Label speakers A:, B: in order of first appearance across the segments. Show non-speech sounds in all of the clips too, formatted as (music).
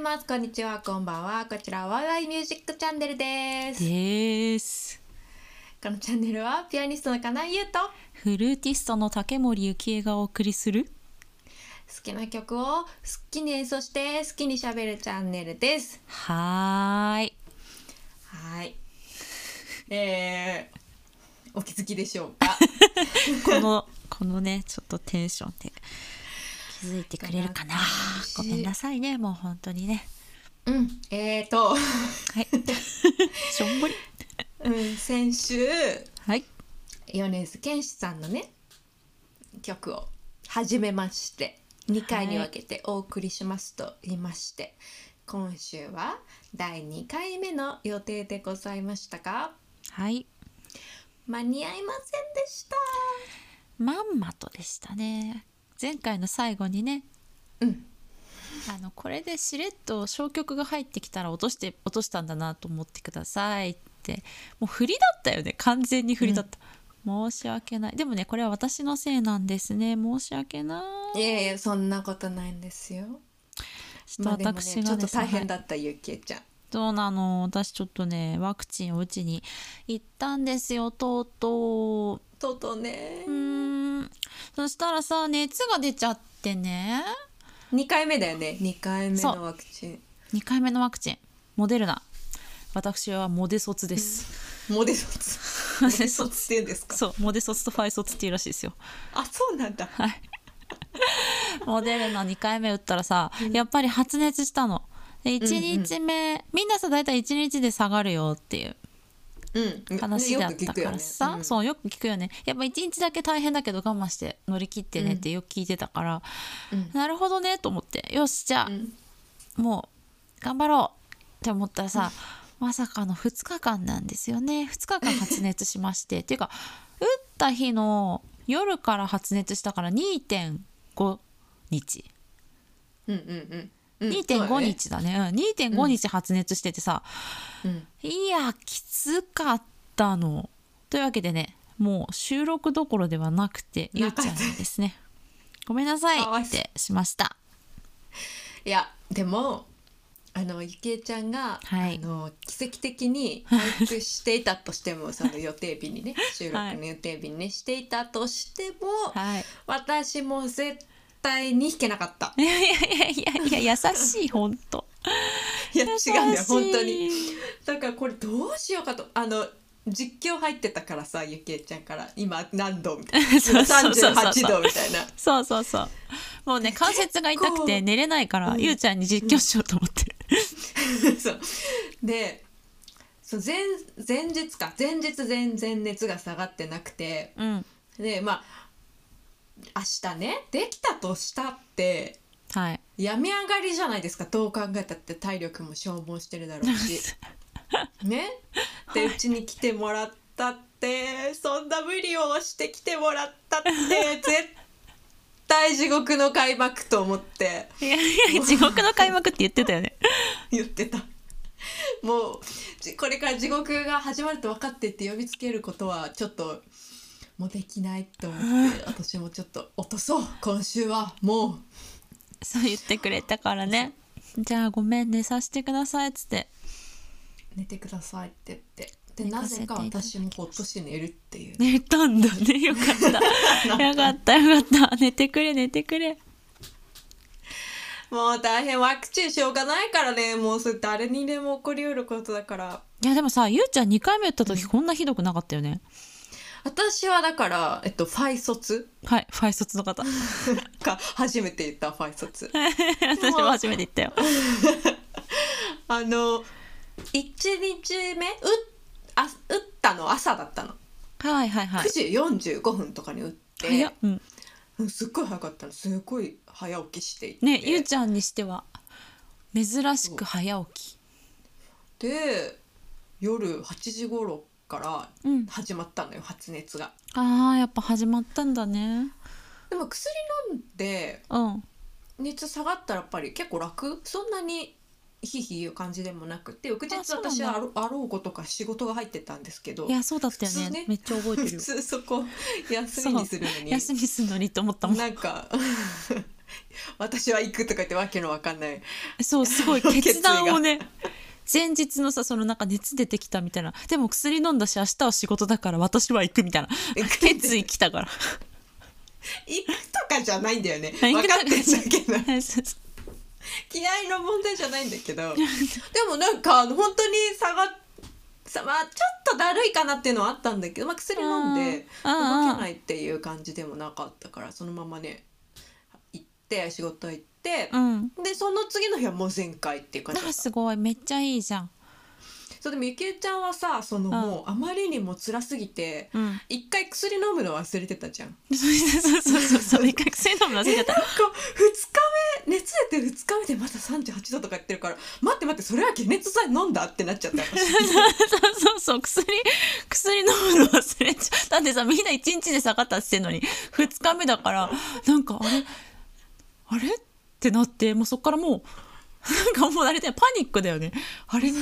A: ます。こんにちは、こんばんは。こちらワイワイミュージックチャンネルです。
B: です。
A: このチャンネルはピアニストの金井優と好
B: フルーティストの竹森幸恵がお送りする。
A: きな曲を好きに演奏して好きに喋るチャンネルです。
B: はーい。
A: はい。えー、お気づきでしょうか。
B: こ (laughs) の、このね、ちょっとテンションで。気づいてくれるかな。ごめんなさいね、もう本当にね。
A: うん、えーと、
B: はい。 (laughs) しょんぼり。
A: うん、先週
B: はい。
A: 米津玄師さんのね曲を始めまして2回に分けてお送りしますと言いまして、今週は第2回目の予定でございましたが
B: はい。
A: 間に合いませんでした
B: まんまとでしたね。前回の最後にね。
A: うん
B: あのこれでしれっと小曲が入ってきたら落として落としたんだなと思ってくださいってもう振りだったよね完全に振りだった、申し訳ないでもねこれは私のせいなんですね申し訳ない
A: いやいやそんなことないんですよ、
B: ち
A: まあ
B: ょっ
A: で
B: と
A: もね
B: 私
A: ち
B: が
A: ょっ
B: で
A: と
B: すね
A: 大変
B: はい
A: だったゆきえちゃん
B: そうなの私ちょっとねワクチンを打ちに行ったんですよとうと
A: とうとうね
B: ううーんそしたらさ熱が出ちゃってね
A: 2回目だよね2回目
B: そう
A: のワクチン
B: 2回目のワクチンモデルナ私はモデ卒です、
A: モデ (laughs) 卒モデ卒って言うんですか
B: そうモデ卒とファイ卒っていうらしいですよ
A: あそうなんだ
B: モデルナ2回目打ったらさやっぱり発熱したので1日目、みんなさ大体1日で下がるよっていう
A: うん
B: 話だっ
A: よく聞
B: た
A: く
B: か
A: よ
B: ら
A: ね
B: さ、
A: うん
B: そうよく聞くよねやっぱ1日だけ大変だけど我慢して乗り切ってねってよく聞いてたから、
A: うん
B: なるほどねと思ってよしじゃあ、
A: うん
B: もう頑張ろうって思ったらさ、まさかの2日間なんですよね2日間発熱しまして (laughs) っていうか打った日の夜から発熱したから2.5日
A: うんうんうんうん
B: 2.5日だね,、うん、2.5日発熱しててさ、
A: そうだね
B: いやきつかったのというわけでねもう収録どころではなくてゆうちゃんにですねごめんなさい
A: かわい
B: っ
A: そう
B: てしました
A: うんいやでもあのゆきえちゃんが、
B: はい
A: あの奇跡的に回復していたとしてもその予定日にね収録
B: (laughs) はい
A: の予定日にねしていたとしても、
B: はい
A: 私も絶対に弾けなかった
B: (laughs) いやいやいやいや優しい本当
A: いや違うんだよ本当に
B: 優しい
A: だからこれどうしようかとあの実況入ってたからさゆきえちゃんから今何度みたいな
B: (laughs) (laughs) そうそうそうそう
A: 38度みたいな
B: そうそうそうもうね関節が痛くて寝れないから、
A: うん
B: ゆうちゃんに実況しようと思って
A: (laughs)
B: る、
A: そうでそう前前日か前日前々熱が下がってなくて
B: うん、
A: でまあ明日ねできたとしたって
B: (laughs) はい
A: 病み上がりじゃないですかどう考えたって体力も消耗してるだろう
B: (laughs)
A: しねでうちに来てもらったってそんな無理をして来てもらったって絶対地獄の開幕と思って。
B: いやいや地獄の開幕って言ってたよね
A: (laughs) 言ってたもうじこれから地獄が始まると分かってって呼びつけることはちょっともうできないと思って私もちょっと落とそう今週はもう
B: (laughs) そう言ってくれたからねじゃあごめん寝させてくださいっつって
A: 寝てくださいって言ってで
B: 寝
A: な
B: かせて
A: ぜ
B: いた
A: か
B: だきま
A: 私もほっとして寝るっていう
B: 寝たんだねよか (laughs) ったよかったよかった寝てくれ寝てくれ
A: もう大変ワクチンしようがないからねもうそれ誰にでも起こりうることだから
B: いやでもさゆうちゃん2回目打った時こんなひどくなかったよね、
A: 私はだからえっとファイ (laughs) 卒
B: はいファイ卒の方 (laughs)
A: か初めて言ったファイ卒
B: 私も初めて言ったよ
A: あの一日目うあ打ったの朝だったの
B: はいはいはい
A: 9時45分とかに打って、
B: 早っ、うん、
A: うんすっごい早かったのすごい早起きしていって
B: ねゆうちゃんにしては珍しく早起き
A: で夜8時頃から
B: うん
A: 始まったのよ発熱が
B: あーやっぱ始まったんだね
A: でも薬飲んで
B: うん
A: 熱下がったらやっぱり結構楽そんなにひいひいいう感じでもなくて翌日
B: あそうなんだ
A: 私はあろあろうことか仕事が入ってたんですけど
B: いやそうだったよ
A: 普
B: ね
A: 通ね
B: めっちゃ覚えて
A: (laughs) 普
B: るよ
A: 通そこ休みにするのに
B: 休みすんのにって思ったもん
A: なんか (laughs) 私は行くとか言ってわけのわかんない
B: そうすごい
A: 決意が
B: 決断をね前日のさそのなんか熱出てきたみたいなでも薬飲んだし明日は仕事だから私は行くみたいな
A: 行く
B: 決意きたから
A: 行くとかじゃないんだよね分
B: (laughs) 行くと
A: か
B: か
A: ってんだけど
B: そうそう
A: 気合の問題じゃないんだけどでもなんかあの本当に下がさまあちょっとだるいかなっていうのはあったんだけど、まあ、薬飲んで
B: あー
A: 動けないっていう感じでもなかったからそのままね行って仕事行って、
B: うん
A: でその次の日はもう全開っていう感じだ
B: あ
A: った
B: すごいめっちゃいいじゃん
A: そうでもゆきえちゃんはさその
B: ん
A: もうあまりにも辛すぎて
B: うん
A: 一回薬飲むの忘れてたじゃん。
B: そうそうそうそう一回薬飲むの忘れちゃった
A: なんか2日目熱出て2日目でまた38度とか言ってるから待って待ってそれは解熱剤飲んだってなっちゃった (laughs) 私
B: そう (laughs) そうそう薬薬飲むの忘れちゃうだってさみんな1日で下がったって言ってんのに2日目だからなんかあれあれってなってもうそっからもうなんかもうあれだよパニックだよねあれ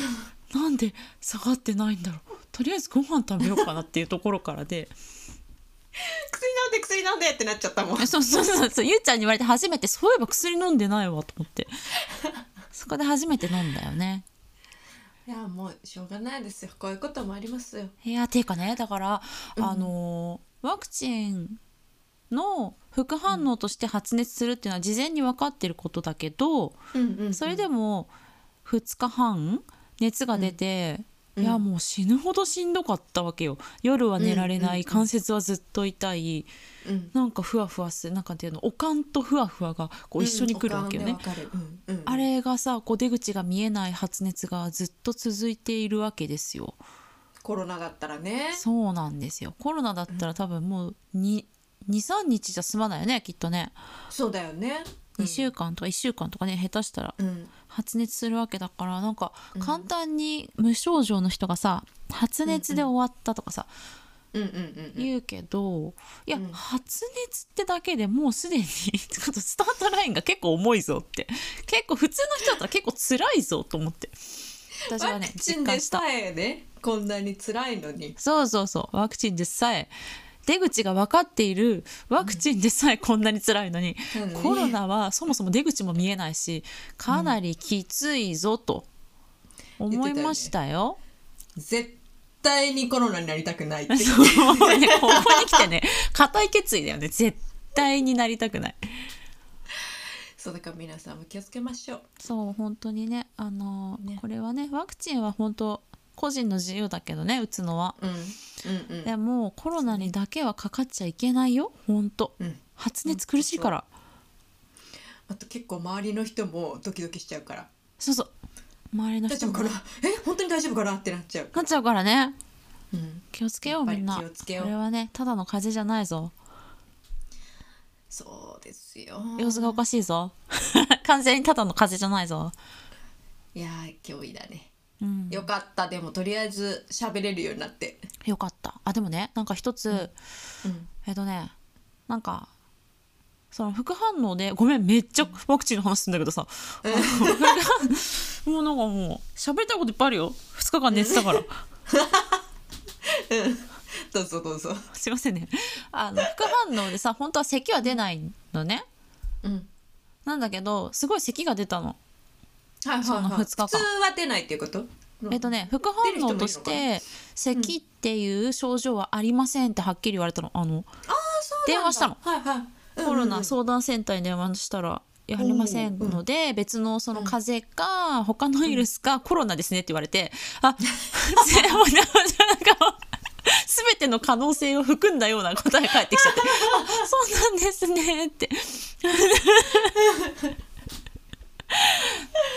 B: なんで下がってないんだろうとりあえずご飯食べようかなっていうところからで
A: 薬飲んで薬飲んでってなっちゃった (laughs) もん
B: そうそうそうそうゆうちゃんに言われて初めてそういえば薬飲んでないわと思ってそこで初めて飲んだよね
A: いやもうしょうがないですよこういうこともありますよ
B: いやていうかねだから、
A: うん
B: あのワクチンの副反応として発熱するっていうのは事前に分かってることだけど、
A: うんうん
B: それでも2日半熱が出て、
A: うん
B: いやもう死ぬほどしんどかったわけよ夜は寝られな
A: う
B: い、
A: んうんうん
B: 関節はずっと痛い
A: うん
B: なんかふわふわするなんかっていうのおかんとふわふわがこう一緒に来るわけよね。
A: うんお顔でわかるうんうん
B: あれがさこう出口が見えない発熱がずっと続いているわけですよ。
A: コロナだったらね
B: そうなんですよコロナだったら多分もう23日じゃ済まないよねきっとね
A: そうだよね
B: 2週間とか1週間とかね下手したら
A: うん
B: 発熱するわけだからなんか簡単に無症状の人がさ発熱で終わったとかさ
A: うんうんうんうん
B: 言うけどいや
A: うん
B: 発熱ってだけでもうすでにちょっとスタートラインが結構重いぞって結構普通の人だったら結構辛いぞと思って私は
A: ワ
B: ね
A: クチ
B: 実
A: ンで
B: 感した
A: さえねこんなに辛いのに
B: そうそうそうワクチンでさえ出口が分かっているワクチンでさえこんなに辛いのに、
A: うん
B: コロナはそもそも出口も見えないしかなりきついぞと思いましたよ。
A: 絶対にコロナになりたくないって (laughs) いう
B: (laughs) そうねここに来てね固い決意だよね絶対になりたくない。
A: そうだから皆さんも気をつけましょう
B: そう本当にねあの
A: ね
B: これはねワクチンは本当個人の自由だけどね打つのは。
A: うんうんうん
B: でもコロナにだけはかかっちゃいけないよ本当、
A: うん
B: 発熱苦しいから。
A: あと結構周りの人もドキドキしちゃうから
B: そうそう周りの
A: 大丈夫
B: 人も
A: かなえ本当に大丈夫かなってなっちゃう
B: なっちゃうからね
A: うん
B: 気をつけようみんな
A: やっぱり気をつけよう
B: これはねただの風邪じゃないぞ
A: そうですよ
B: 様子がおかしいぞ (laughs) 完全にただの風邪じゃないぞ
A: いやー脅威だね
B: うん
A: よかったでもとりあえず喋れるようになって
B: よかったあでもねなんか一つ、
A: うん
B: えっとねなんかその副反応でごめんめっちゃワクチンの話するんだけどさ、 (laughs) あのもうなんかもう喋りたいこといっぱいあるよ2日間寝てたから
A: どうぞどうぞ
B: (laughs) すいませんねあの副反応でさ本当は咳は出ないのね
A: うん
B: なんだけどすごい咳が出たの
A: はいはい
B: その
A: はい
B: 二日間
A: 普通は出ないっていうこと
B: えっとね副反応として咳っていう症状はありませんってはっきり言われたのあの電話したの
A: はいはい
B: コロナ
A: う
B: 相談センターに電話したら「やりませんので別のその風邪か他のウイルスかコロナですね」って言われて「あもうなんか全ての可能性を含んだような答えが返ってきちゃって「あそうなんですね」って。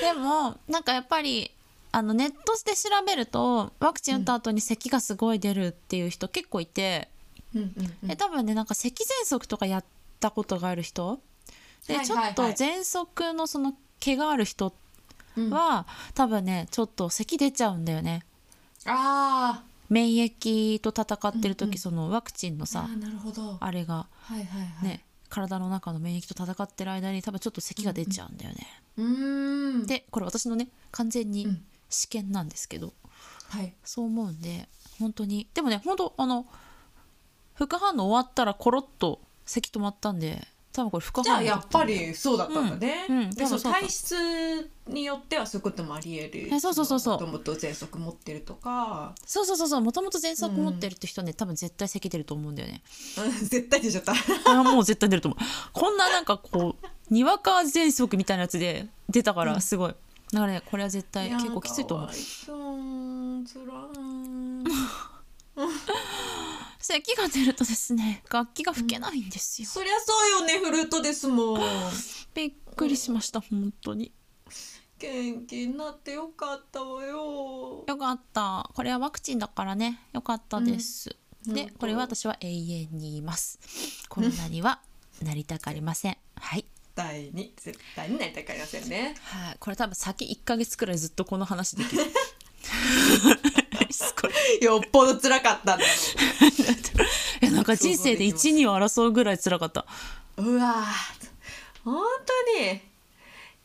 B: でもなんかやっぱりあのネットで調べるとワクチン打った後に咳がすごい出るっていう人結構いて。
A: うんうんうんうん
B: え多分ねなんか咳喘息とかやったことがある人で、
A: はい
B: ち
A: はい
B: ょ
A: は
B: っ
A: い
B: と喘息のその毛がある人
A: うんあ
B: は、多分ねちょっと咳出ちゃうんだよね
A: あ
B: 免疫と戦ってる時、
A: うんうん
B: そのワクチン
A: ーあ
B: のさ
A: ーなるほど
B: あれが
A: はいはいはい
B: ね、体の中の免疫と戦ってる間に多分ちょっと咳が出ちゃうんだよね、
A: うーん
B: でこれ私のね完全に
A: うん
B: 試験なんですけど、
A: はい
B: そう思うんで本当にでもね本当あの副反応終わったらコロッと咳止まったんで多分これ副
A: じゃあ
B: 反応だ
A: や
B: っ
A: ったぱ
B: んだよ
A: りそうだったんだね。
B: うんうん
A: で
B: 多
A: そ
B: 分
A: の
B: そうだ
A: 体質によってはそういうこともありえる。
B: えそうそうそうそう
A: もともと喘息持ってるとか、 (laughs)
B: そうそうそうそうもともと喘息持ってるって人ね、多分絶対咳出ると思うんだよね
A: うん絶対出ちゃった。
B: あもう絶対出ると思う (laughs) こんななんかこうにわか喘息みたいなやつで出たか
A: うん
B: らすごい、だからねこれは絶対
A: や
B: 結構きついと思う
A: かわそうつらーい。
B: 咳が出るとですね楽器が吹けないんですよ、
A: (laughs) そりゃそうよねフルートですもん。
B: びっくりしました本当に
A: 元気になってよかったわよ。
B: よかったこれはワクチンだからねよかったです、
A: うん
B: で
A: 本当
B: これは私は永遠に言いますコロナにはなりたくありませんはい
A: 絶対に絶対になりたくありませんね。
B: はい、これ多分先1ヶ月くらいずっとこの話できる。これ
A: よっぽど辛かったんだろ
B: いやなんか人生で1、2を争うぐらい辛かった。
A: う。うわー本当に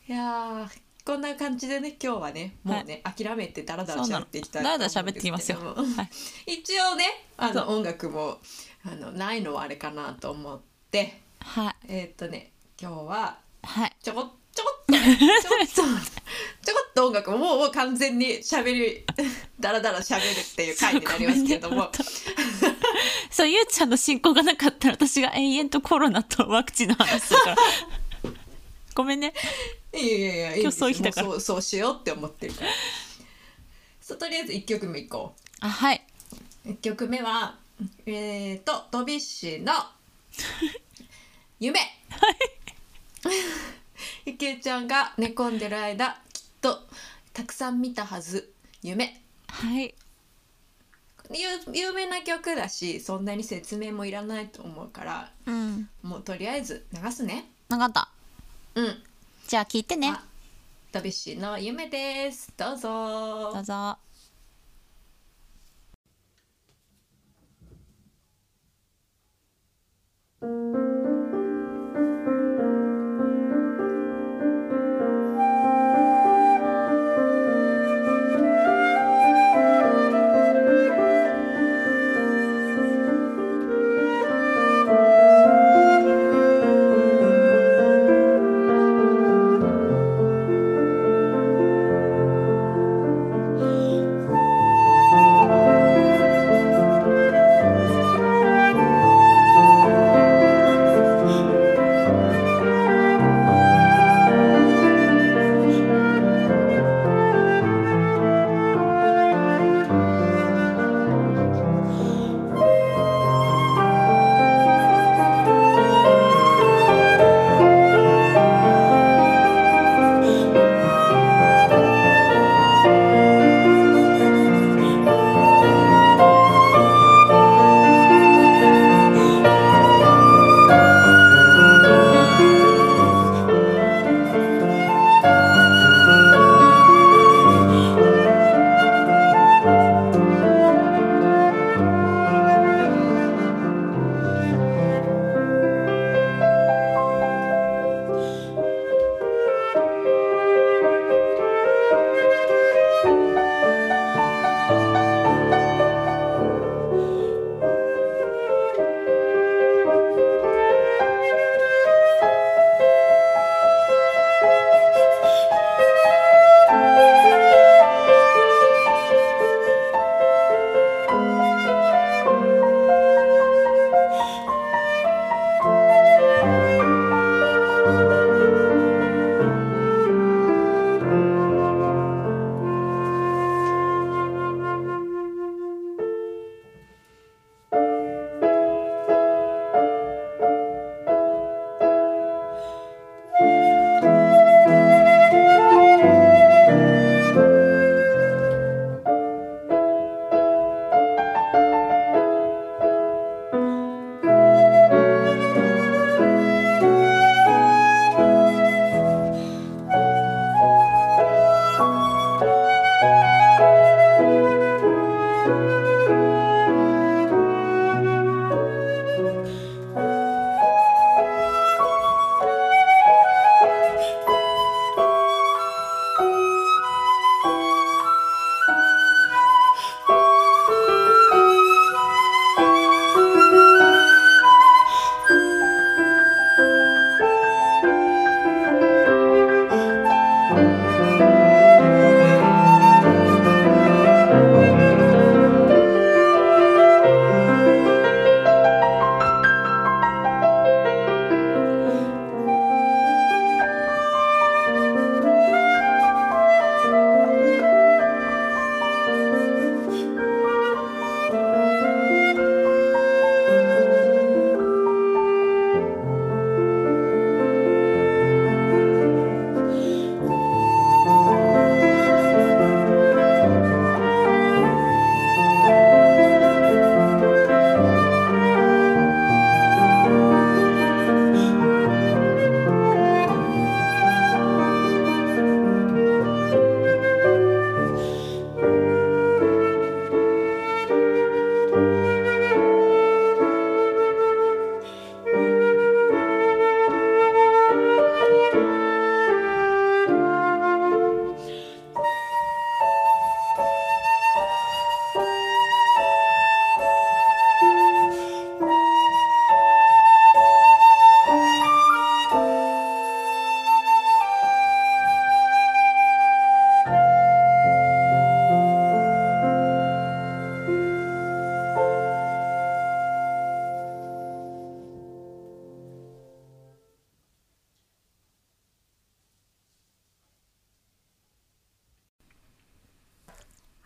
A: いやーこんな感じでね今日はねもうね、諦めてダラダラ
B: そうな
A: 喋
B: の
A: っていき。た
B: だ
A: いと思うん
B: らだ
A: で
B: ら
A: すけども
B: 喋ってきますよ。はい、
A: 一応ねあの音楽もあのないのはあれかなと思って
B: はい、
A: えーっとね今日は
B: はい、
A: ちょこちょこ
B: (laughs)
A: っとねちょこっとちょこっと音楽ももうもう完全に喋りダラダラ喋るっていう回になりますけれども、
B: そうゆうちゃんの進行がなかったら私が延々とコロナとワクチンの話するから。ごめんね。
A: いやいやいやいいんですよ
B: 今日そういう日だから
A: もうそうそうしようって思ってるからそうとりあえず1曲目いこ
B: あはい。
A: う1曲目はえー、とドビュッシー
B: (laughs)
A: の「夢」ゆきえちゃんが寝込んでる間きっとたくさん見たはず「夢」
B: はい。
A: 有有名な曲だしそんなに説明もいらないと思うから
B: うん。
A: もうとりあえず流すね
B: なかった。
A: うん
B: じゃあ聞いてね
A: あ。ドビュッシーの「夢」ですどうぞ
B: どうぞ。
C: 「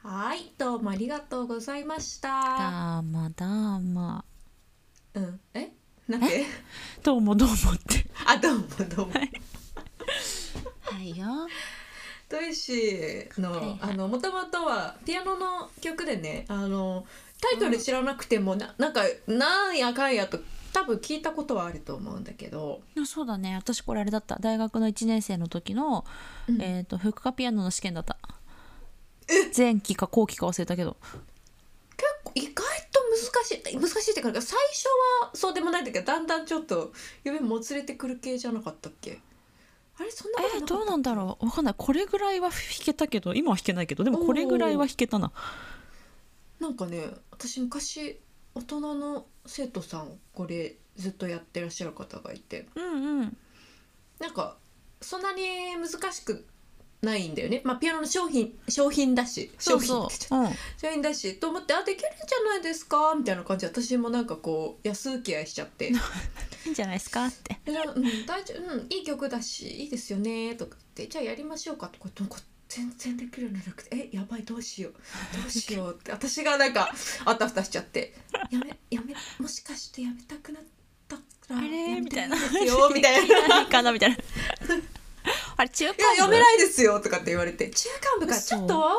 A: ありがとうございまし
B: ど
A: た。
B: ーまだーま
A: うん、え、なんて、
B: (laughs) どうもどうもって
A: あ、どうもどうも。
B: はいよ
A: トイシー
B: はいはい
A: の、あの、もともとはピアノの曲でね、あの。タイトル知らなくても、な、なんか、なんやかんやと、多分聞いたことはあると思うんだけど。
B: そうだね私これあれだった大学の1年生の時の、
A: うん
B: えっ、と副科ピアノの試験だった前期か後期か忘れたけど
A: 結構意外と難しい、難しいってから、最初はそうでもないんだけど、だんだんちょっと。夢もつれてくる系じゃなかったっけ。あれ、そんなことなか
B: えー
A: った
B: どうなんだろうわかんないこれぐらいは弾けたけど今は弾けないけどでもこれぐらいは弾けたな
A: なんかね私昔大人の生徒さんこれずっとやってらっしゃる方がいて
B: うんうん
A: なんかそんなに難しくないんだよねまあピアノの商品商品だし
B: そ
A: 商
B: う
A: 品
B: そ
A: って言っちゃ
B: う、うん、
A: った商品だしと思ってあできるじゃないですかみたいな感じで私もなんかこう安請け合いしちゃって
B: いいんじゃないですかって
A: でうん、大丈夫、うん、いい曲だしいいですよねとか言ってじゃあやりましょうかとかなんか全然できるようにならなくてえやばいどうしようどうしようって私がなんかあたふたしちゃってやめやめもしかしてやめたくなったら
B: あれ
A: や
B: み
A: め
B: た
A: て
B: い
A: も
B: ない
A: いですよみたいな。
B: (laughs) いいかな
A: (laughs)
B: みたいなあれ中間
A: いやや
B: 部
A: めないですよとかって言われて中間部からちょっと和音が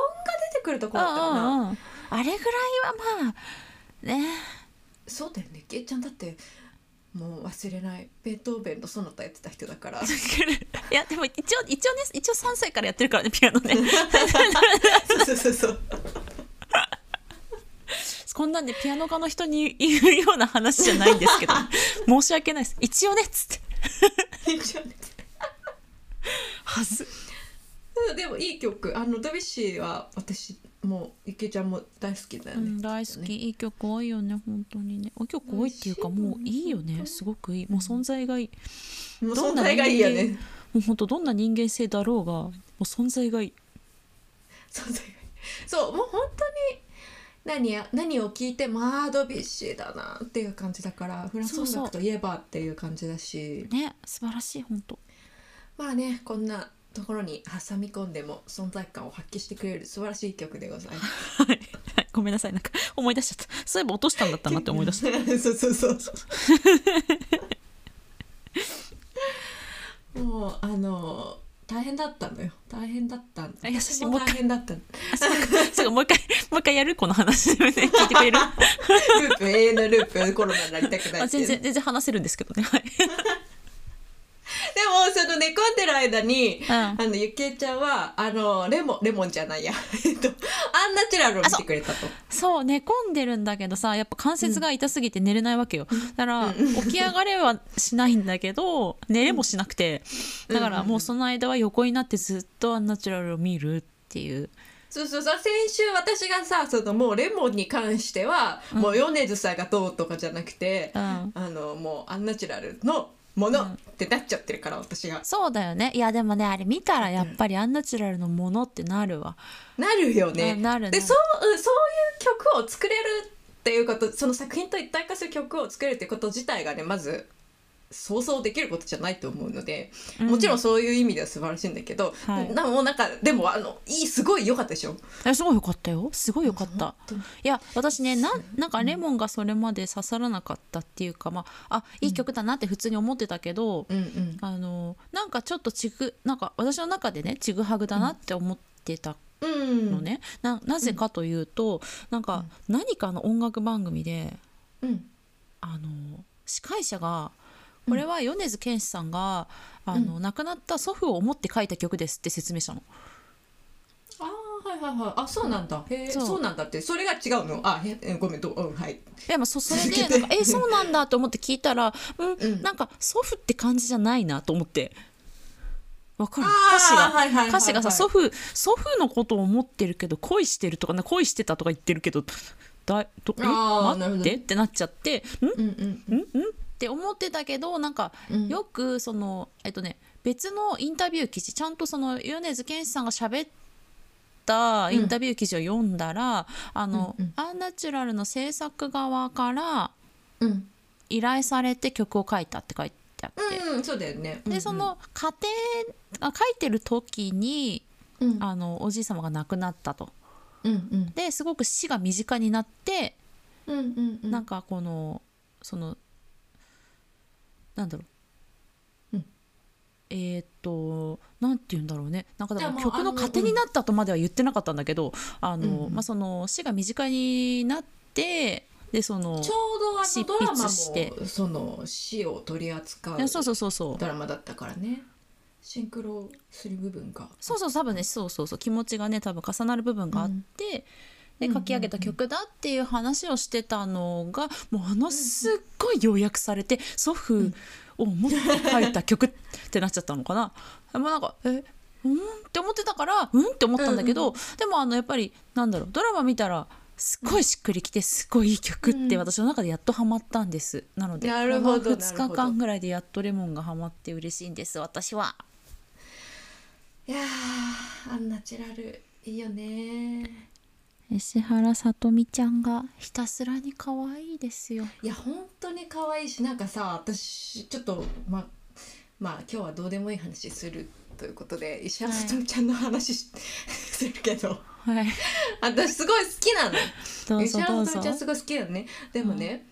A: 出てくるとこ
B: うん
A: ろだったかな
B: うんうんあれぐらいはまあ
A: (laughs)
B: ね
A: そうだよねけいちゃんだってもう忘れないベートーベンのソナタやってた人だ
B: (laughs)
A: から
B: いやでも一応一応ね一応3歳からやってるからねピアノね
A: (laughs)
B: (laughs)
A: そうそうそうそう
B: こんなんでピアノ科の人に言うような話じゃないんです (laughs) けど申し訳ないです一応ねっつって
A: いいじゃん
B: はず
A: うんでもいい曲あのドビュッシーは私も池ちゃんも大好きだよ
B: う
A: ね、
B: ん、大好き、いい曲多いよね本当にねお曲多いっていうか
A: 美味しいよね
B: もういいよねすごくいいもう存在がいい
A: もう
B: どん
A: 存
B: な
A: 在
B: 人間
A: がいいよね
B: もう本当どんな人間性だろうがもう存在がいい
A: (laughs) 存在がいいそうもう本当に何や何を聞いてもああドビュッシーだなっていう感じだからフランス音楽といえばっていう感じだし
B: ね素晴らしい本当
A: まあねこんなところに挟み込んでも存在感を発揮してくれる素晴らしい曲でございます
B: はいはいごめんなさいなんか思い出しちゃったそういえば落としたんだったなって思い出した
A: た (laughs) そうそう (laughs) そうもうあの大変だったのよ大変だった
B: あ優しい
A: 私も大変だったの
B: (laughs) そうかもう一回もう一回やるこの (laughs) 話、ね、聞いてくれる
A: ループ永遠のループコロナになりたくない
B: あ
A: ってい
B: 全
A: う
B: 然全然話せるんですけどねはい、
A: でもその寝込んでる間に、
B: うん
A: あのゆきえちゃんはあのレモンレモンじゃないや (laughs) えっとアンナチュラルを見てくれたと
B: そう寝込んでるんだけどさやっぱ関節が痛すぎて寝れないわけよ、だから起き上がれはしないんだけど寝れもしなくてだからもうその間は横になってずっとアンナチュラルを見るっていう
A: そうそうそう先週私がさそのもうレモンに関しては、もう米津さんがどうとかじゃなくて、
B: うん
A: あのもうアンナチュラルのものってなっちゃってるから私が
B: そうだよねいやでもねあれ見たらやっぱりアンナチュラルのものってなるわ
A: なるよね。
B: ななるなる
A: でそううんそういう曲を作れるっていうことその作品と一体化する曲を作るっていうこと自体がねまずそうそうできることじゃないと思うので、
B: うん
A: もちろんそういう意味では素晴らしいんだけど、
B: はい
A: なもうなんかでもあのいいすごい良かったでしょ
B: いやすごいよかったよすごいよかったいや私ねなんなんかレモンがそれまで刺さらなかったっていうかまああいい曲だなって普通に思ってたけど、
A: うんうん
B: あのなんかちょっとちぐなんか私の中でねちぐはぐだなって思ってた
A: うん
B: のね、ななぜかというと、なんか何かの音楽番組で
A: うん
B: あの司会者がこれは米津玄師さんが、あの亡くなった祖父を思って書いた曲ですって説明したの。
A: あーはいはいはいあそうなんだへえ
B: そう
A: そうなんだってそれが違うのあへえごめんどううんはい
B: いやま
A: (laughs)
B: あそそれ
A: 続け
B: で
A: て
B: なんかえそうなんだと思って聞いたら、うん
A: うん
B: なんか祖父って感じじゃないなと思ってわかる
A: あ
B: 歌詞が
A: ーはいはいはいはい
B: 歌詞がさ祖父祖父のことを思ってるけど恋してるとかな恋してたとか言ってるけどだいどえ
A: あーなるほ
B: 待っ
A: ど
B: てってなっちゃってん
A: うんうん
B: んんって思ってたけどなんか
A: うん
B: よくその、えっとね別のインタビュー記事ちゃんとその米津玄師さんが喋ったインタビュー記事を読んだら、あの、
A: うんうん
B: アンナチュラルの制作側から
A: うん
B: 依頼されて曲を書いたって書いてあって、
A: うんそうだよねうんう
B: で
A: ん
B: その家庭あ書いてる時に
A: うん
B: あのおじい様が亡くなったと。
A: うん
B: ですごく死が身近になって
A: うんうんうんうん
B: なんかこのそのなんだろう、
A: うん
B: えーっとなんて言うんだろうねなんかだから
A: でも
B: 曲の
A: あの
B: 糧になったとまでは言ってなかったんだけどあの、
A: うん
B: まあ、その死が身近になってでその
A: ちょうどあ
B: 執
A: のドラマ
B: 筆して
A: もその死を取り扱う
B: いやそうそうそうそう
A: ドラマだったからねシンクロする部分が
B: そうそう多分ねそうそうそう気持ちがね多分重なる部分があって、
A: うん
B: で書き上げた曲だっていう話をしてたのがものすっごい要約されて祖父を思って書いた曲ってなっちゃったのかな。もうなんかえうんって思ってたからうんって思ったんだけど、でもあのやっぱりなんだろうドラマ見たらすっごいしっくりきてすっごいいい曲っ
A: う
B: て
A: ん
B: 私の中でやっとハマったんです。なので
A: なるほど
B: 2日間ぐらいでやっとレモンがハマって嬉しいんです私は。
A: いやーアンナチュラルいいよね
B: 石原さとみちゃんがひたすらに可愛いですよ。
A: いや本当に可愛いしなんかさ私ちょっとままあ今日はどうでもいい話するということで石原さとみちゃんの話し (laughs) するけど
B: (laughs) はい。
A: 私すごい好きなの
B: どう
A: 石
B: ぞ
A: 原
B: どう
A: さと
B: ぞ
A: みちゃ。んすごい好きなのねでもね、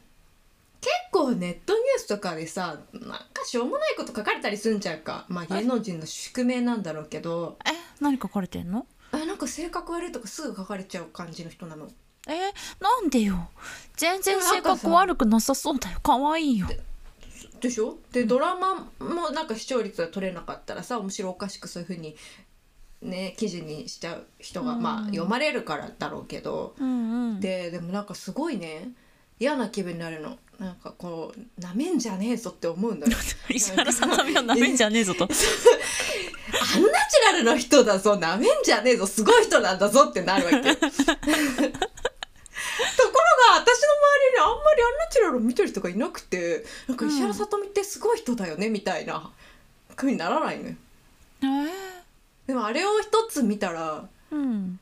A: 結構ネットニュースとかでさなんかしょうもないこと書かれたりするんちゃうかまあ芸能人の宿命なんだろうけど
B: え、何書かれてんの？
A: あなんか性格悪いとかすぐ書かれちゃう感じの人なの
B: え、なんでよ。全然性
A: なんかさ
B: 格悪くなさそうだよ。可愛いよ。
A: でしょでドラマもなんか視聴率が取れなかったらさ面白おかしくそういうふうにね記事にしちゃう人が、
B: うん
A: まあ読まれるからだろうけど
B: うんうん。
A: ででもなんかすごいね嫌な気分になるのなんかこうなめんじゃねえぞって思うんだよ
B: 石原さとみはなめんじゃねえぞと。
A: アンナチュラルの人だぞなめんじゃねえぞすごい人なんだぞってなるわ
B: (laughs)
A: けところが私の周りにあんまりアンナチュラルを見てる人がいなくてなんか石原さとみってすごい人だよねみたいな風にならないのよ
B: (laughs) えー、
A: でもあれを一つ見たら
B: うん。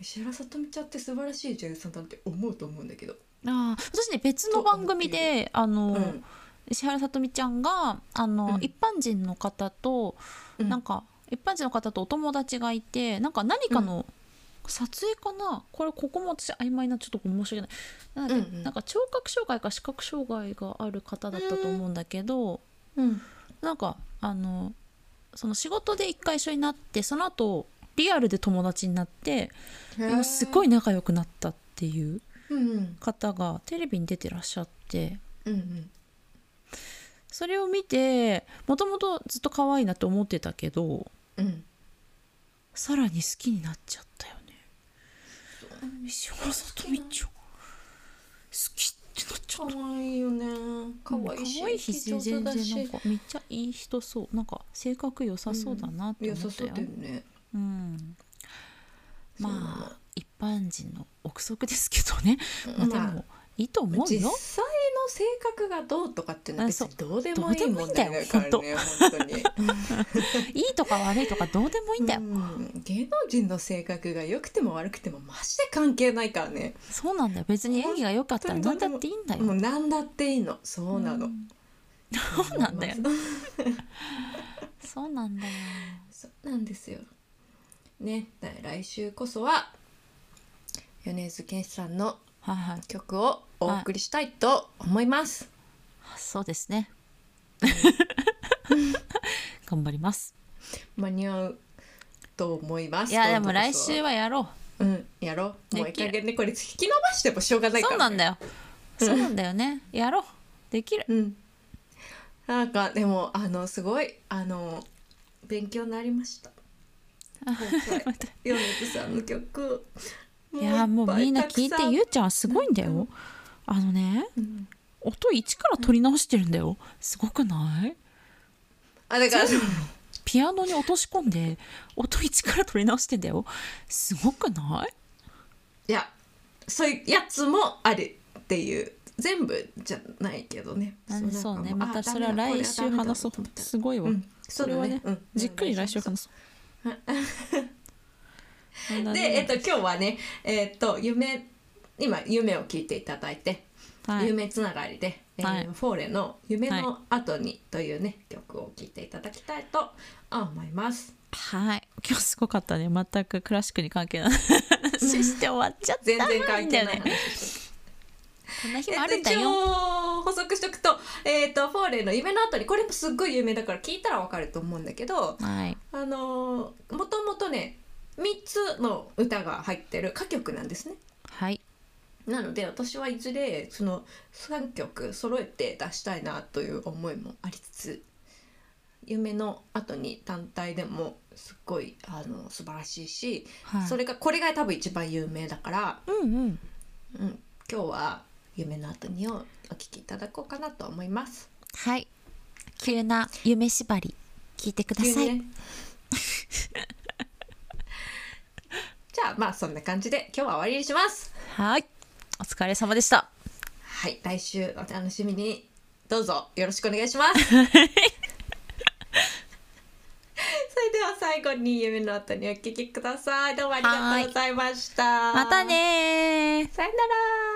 A: 石原さとみちゃんって素晴らしい女優さんだって思うと思うんだけど、
B: あー私ね別の番組であの、
A: うん
B: 石原さとみちゃんがあの、
A: うん
B: 一般人の方と
A: うん
B: なんか一般人の方とお友達がいてなんか何かの撮影かな、これここも私曖昧なちょっと申し訳ないなんだっけ
A: うんうん
B: なんか聴覚障害か視覚障害がある方だったと思うんだけど、
A: うん
B: なんかあのその仕事で一回一緒になってその後リアルで友達になってすごい
A: ね、
B: 仲良くなったっていう
A: うんうん
B: 方がテレビに出てらっしゃって。
A: うんうん、
B: それを見てもともとずっと可愛いなって思ってたけど
A: うん
B: さらに好きになっちゃったよね石原さとみちゃん好きってなっちゃ
A: 可
B: った
A: 愛いよね可愛いし
B: 可愛いし
A: 上手
B: 全然
A: だし
B: なんかめっちゃいい人そうなんか性格良さそうだなって
A: 良
B: 思
A: さ
B: った
A: そう
B: よ
A: だよね
B: うん
A: そうな
B: ま
A: の
B: あ一般人の憶測ですけどね、まあ、で
A: ま
B: もいいと思
A: あ
B: う
A: 実際
B: よ
A: の性格がどうとかっていうのは別に
B: あ
A: どうでもいい問題だから
B: どうで
A: ね
B: もい
A: 本当に
B: いいとか悪いとかどうで (laughs) もいいんだよ、
A: うん芸能人の性格が良くても悪くてもマジで関係ないからね
B: そうなんだよ別に演技が良かったら何だっていいんだよ
A: もう何だっていいのそうなの、
B: んそうなんだよそうなんだよ
A: そうなんですよ。ね、だ来週こそは米津玄師さんの
B: はいはい
A: 曲をお送りしたいと思います。
B: そうですね。 (laughs) 頑張ります。
A: 間に合うと思います。
B: いやでも
A: 今度
B: 来
A: こそは
B: 週はやろ
A: うんやろう。もう
B: で
A: 一
B: きる
A: 回ねこれ引き延ばしてもしょうが
B: う。
A: ないか
B: そう
A: ら
B: な
A: ね、
B: んだよ。そうなんだよね。やろう。できる。
A: うん。なんかでもあのすごいあの勉強になりました。今回米津さんの曲。
B: いやもうみんな聞いてゆ
A: う
B: うちゃんすごいん
A: う
B: だよ。あのね
A: ぱぱたくさん。うん
B: 音一から取り直してるんだよ。すごくない？
A: あだから。
B: ピアノに落とし込んで音一から取り直してんだよ。すごくない？
A: いやそういうやつもあるっていう全部じゃないけどね
B: あそうね。
A: なんかも
B: ま
A: うあ
B: たそれは
A: ダメだ
B: 来週話そう
A: これはダメだと思っ。た
B: すごいわ
A: う。んそ
B: そうれ
A: だ
B: は
A: ね
B: ね
A: うん、
B: じっくり来週話そう。なん
A: で
B: だ
A: え
B: ね
A: っと今日はねえっと夢今夢を聞いていただいて、
B: はい
A: 夢つながりで、えー
B: はい
A: フォーレの「夢の後に」というね、曲を聴いていただきたいと思います。 (laughs)
B: はい今日すごかったね全くクラシックに関係ない話して終わっちゃった
A: 全然関係ない
B: んだよ
A: 話
B: ね
A: をしてる
B: こんな日もあ
A: え
B: る
A: っ
B: ん
A: と
B: だ
A: 一
B: よ
A: 応補足しておくと,、えっとフォーレの夢の後にこれもすっごい有名だから聞いたらわかると思うんだけど
B: はい
A: あのー、もともとね3つの歌が入ってる歌曲なんですね。
B: はい
A: なので私はいずれその3曲揃えて出したいなという思いもありつつ夢の後に単体でもすっごいあの素晴らしいし、
B: はい
A: それがこれが多分一番有名だから、
B: うんうん
A: うん、今日は「夢の後に」をお聴きいただこうかなと思います。
B: はい急な夢縛り聞いてください、 (laughs)
A: 急にねじゃあまあそんな感じで今日は終わりにします。
B: はいお疲れ様でした
A: はい来週お楽しみにどうぞよろしくお願いします。 (laughs) それでは最後に夢の後にお聞きください。どうもありがとうございました。
B: またねー
A: さよなら。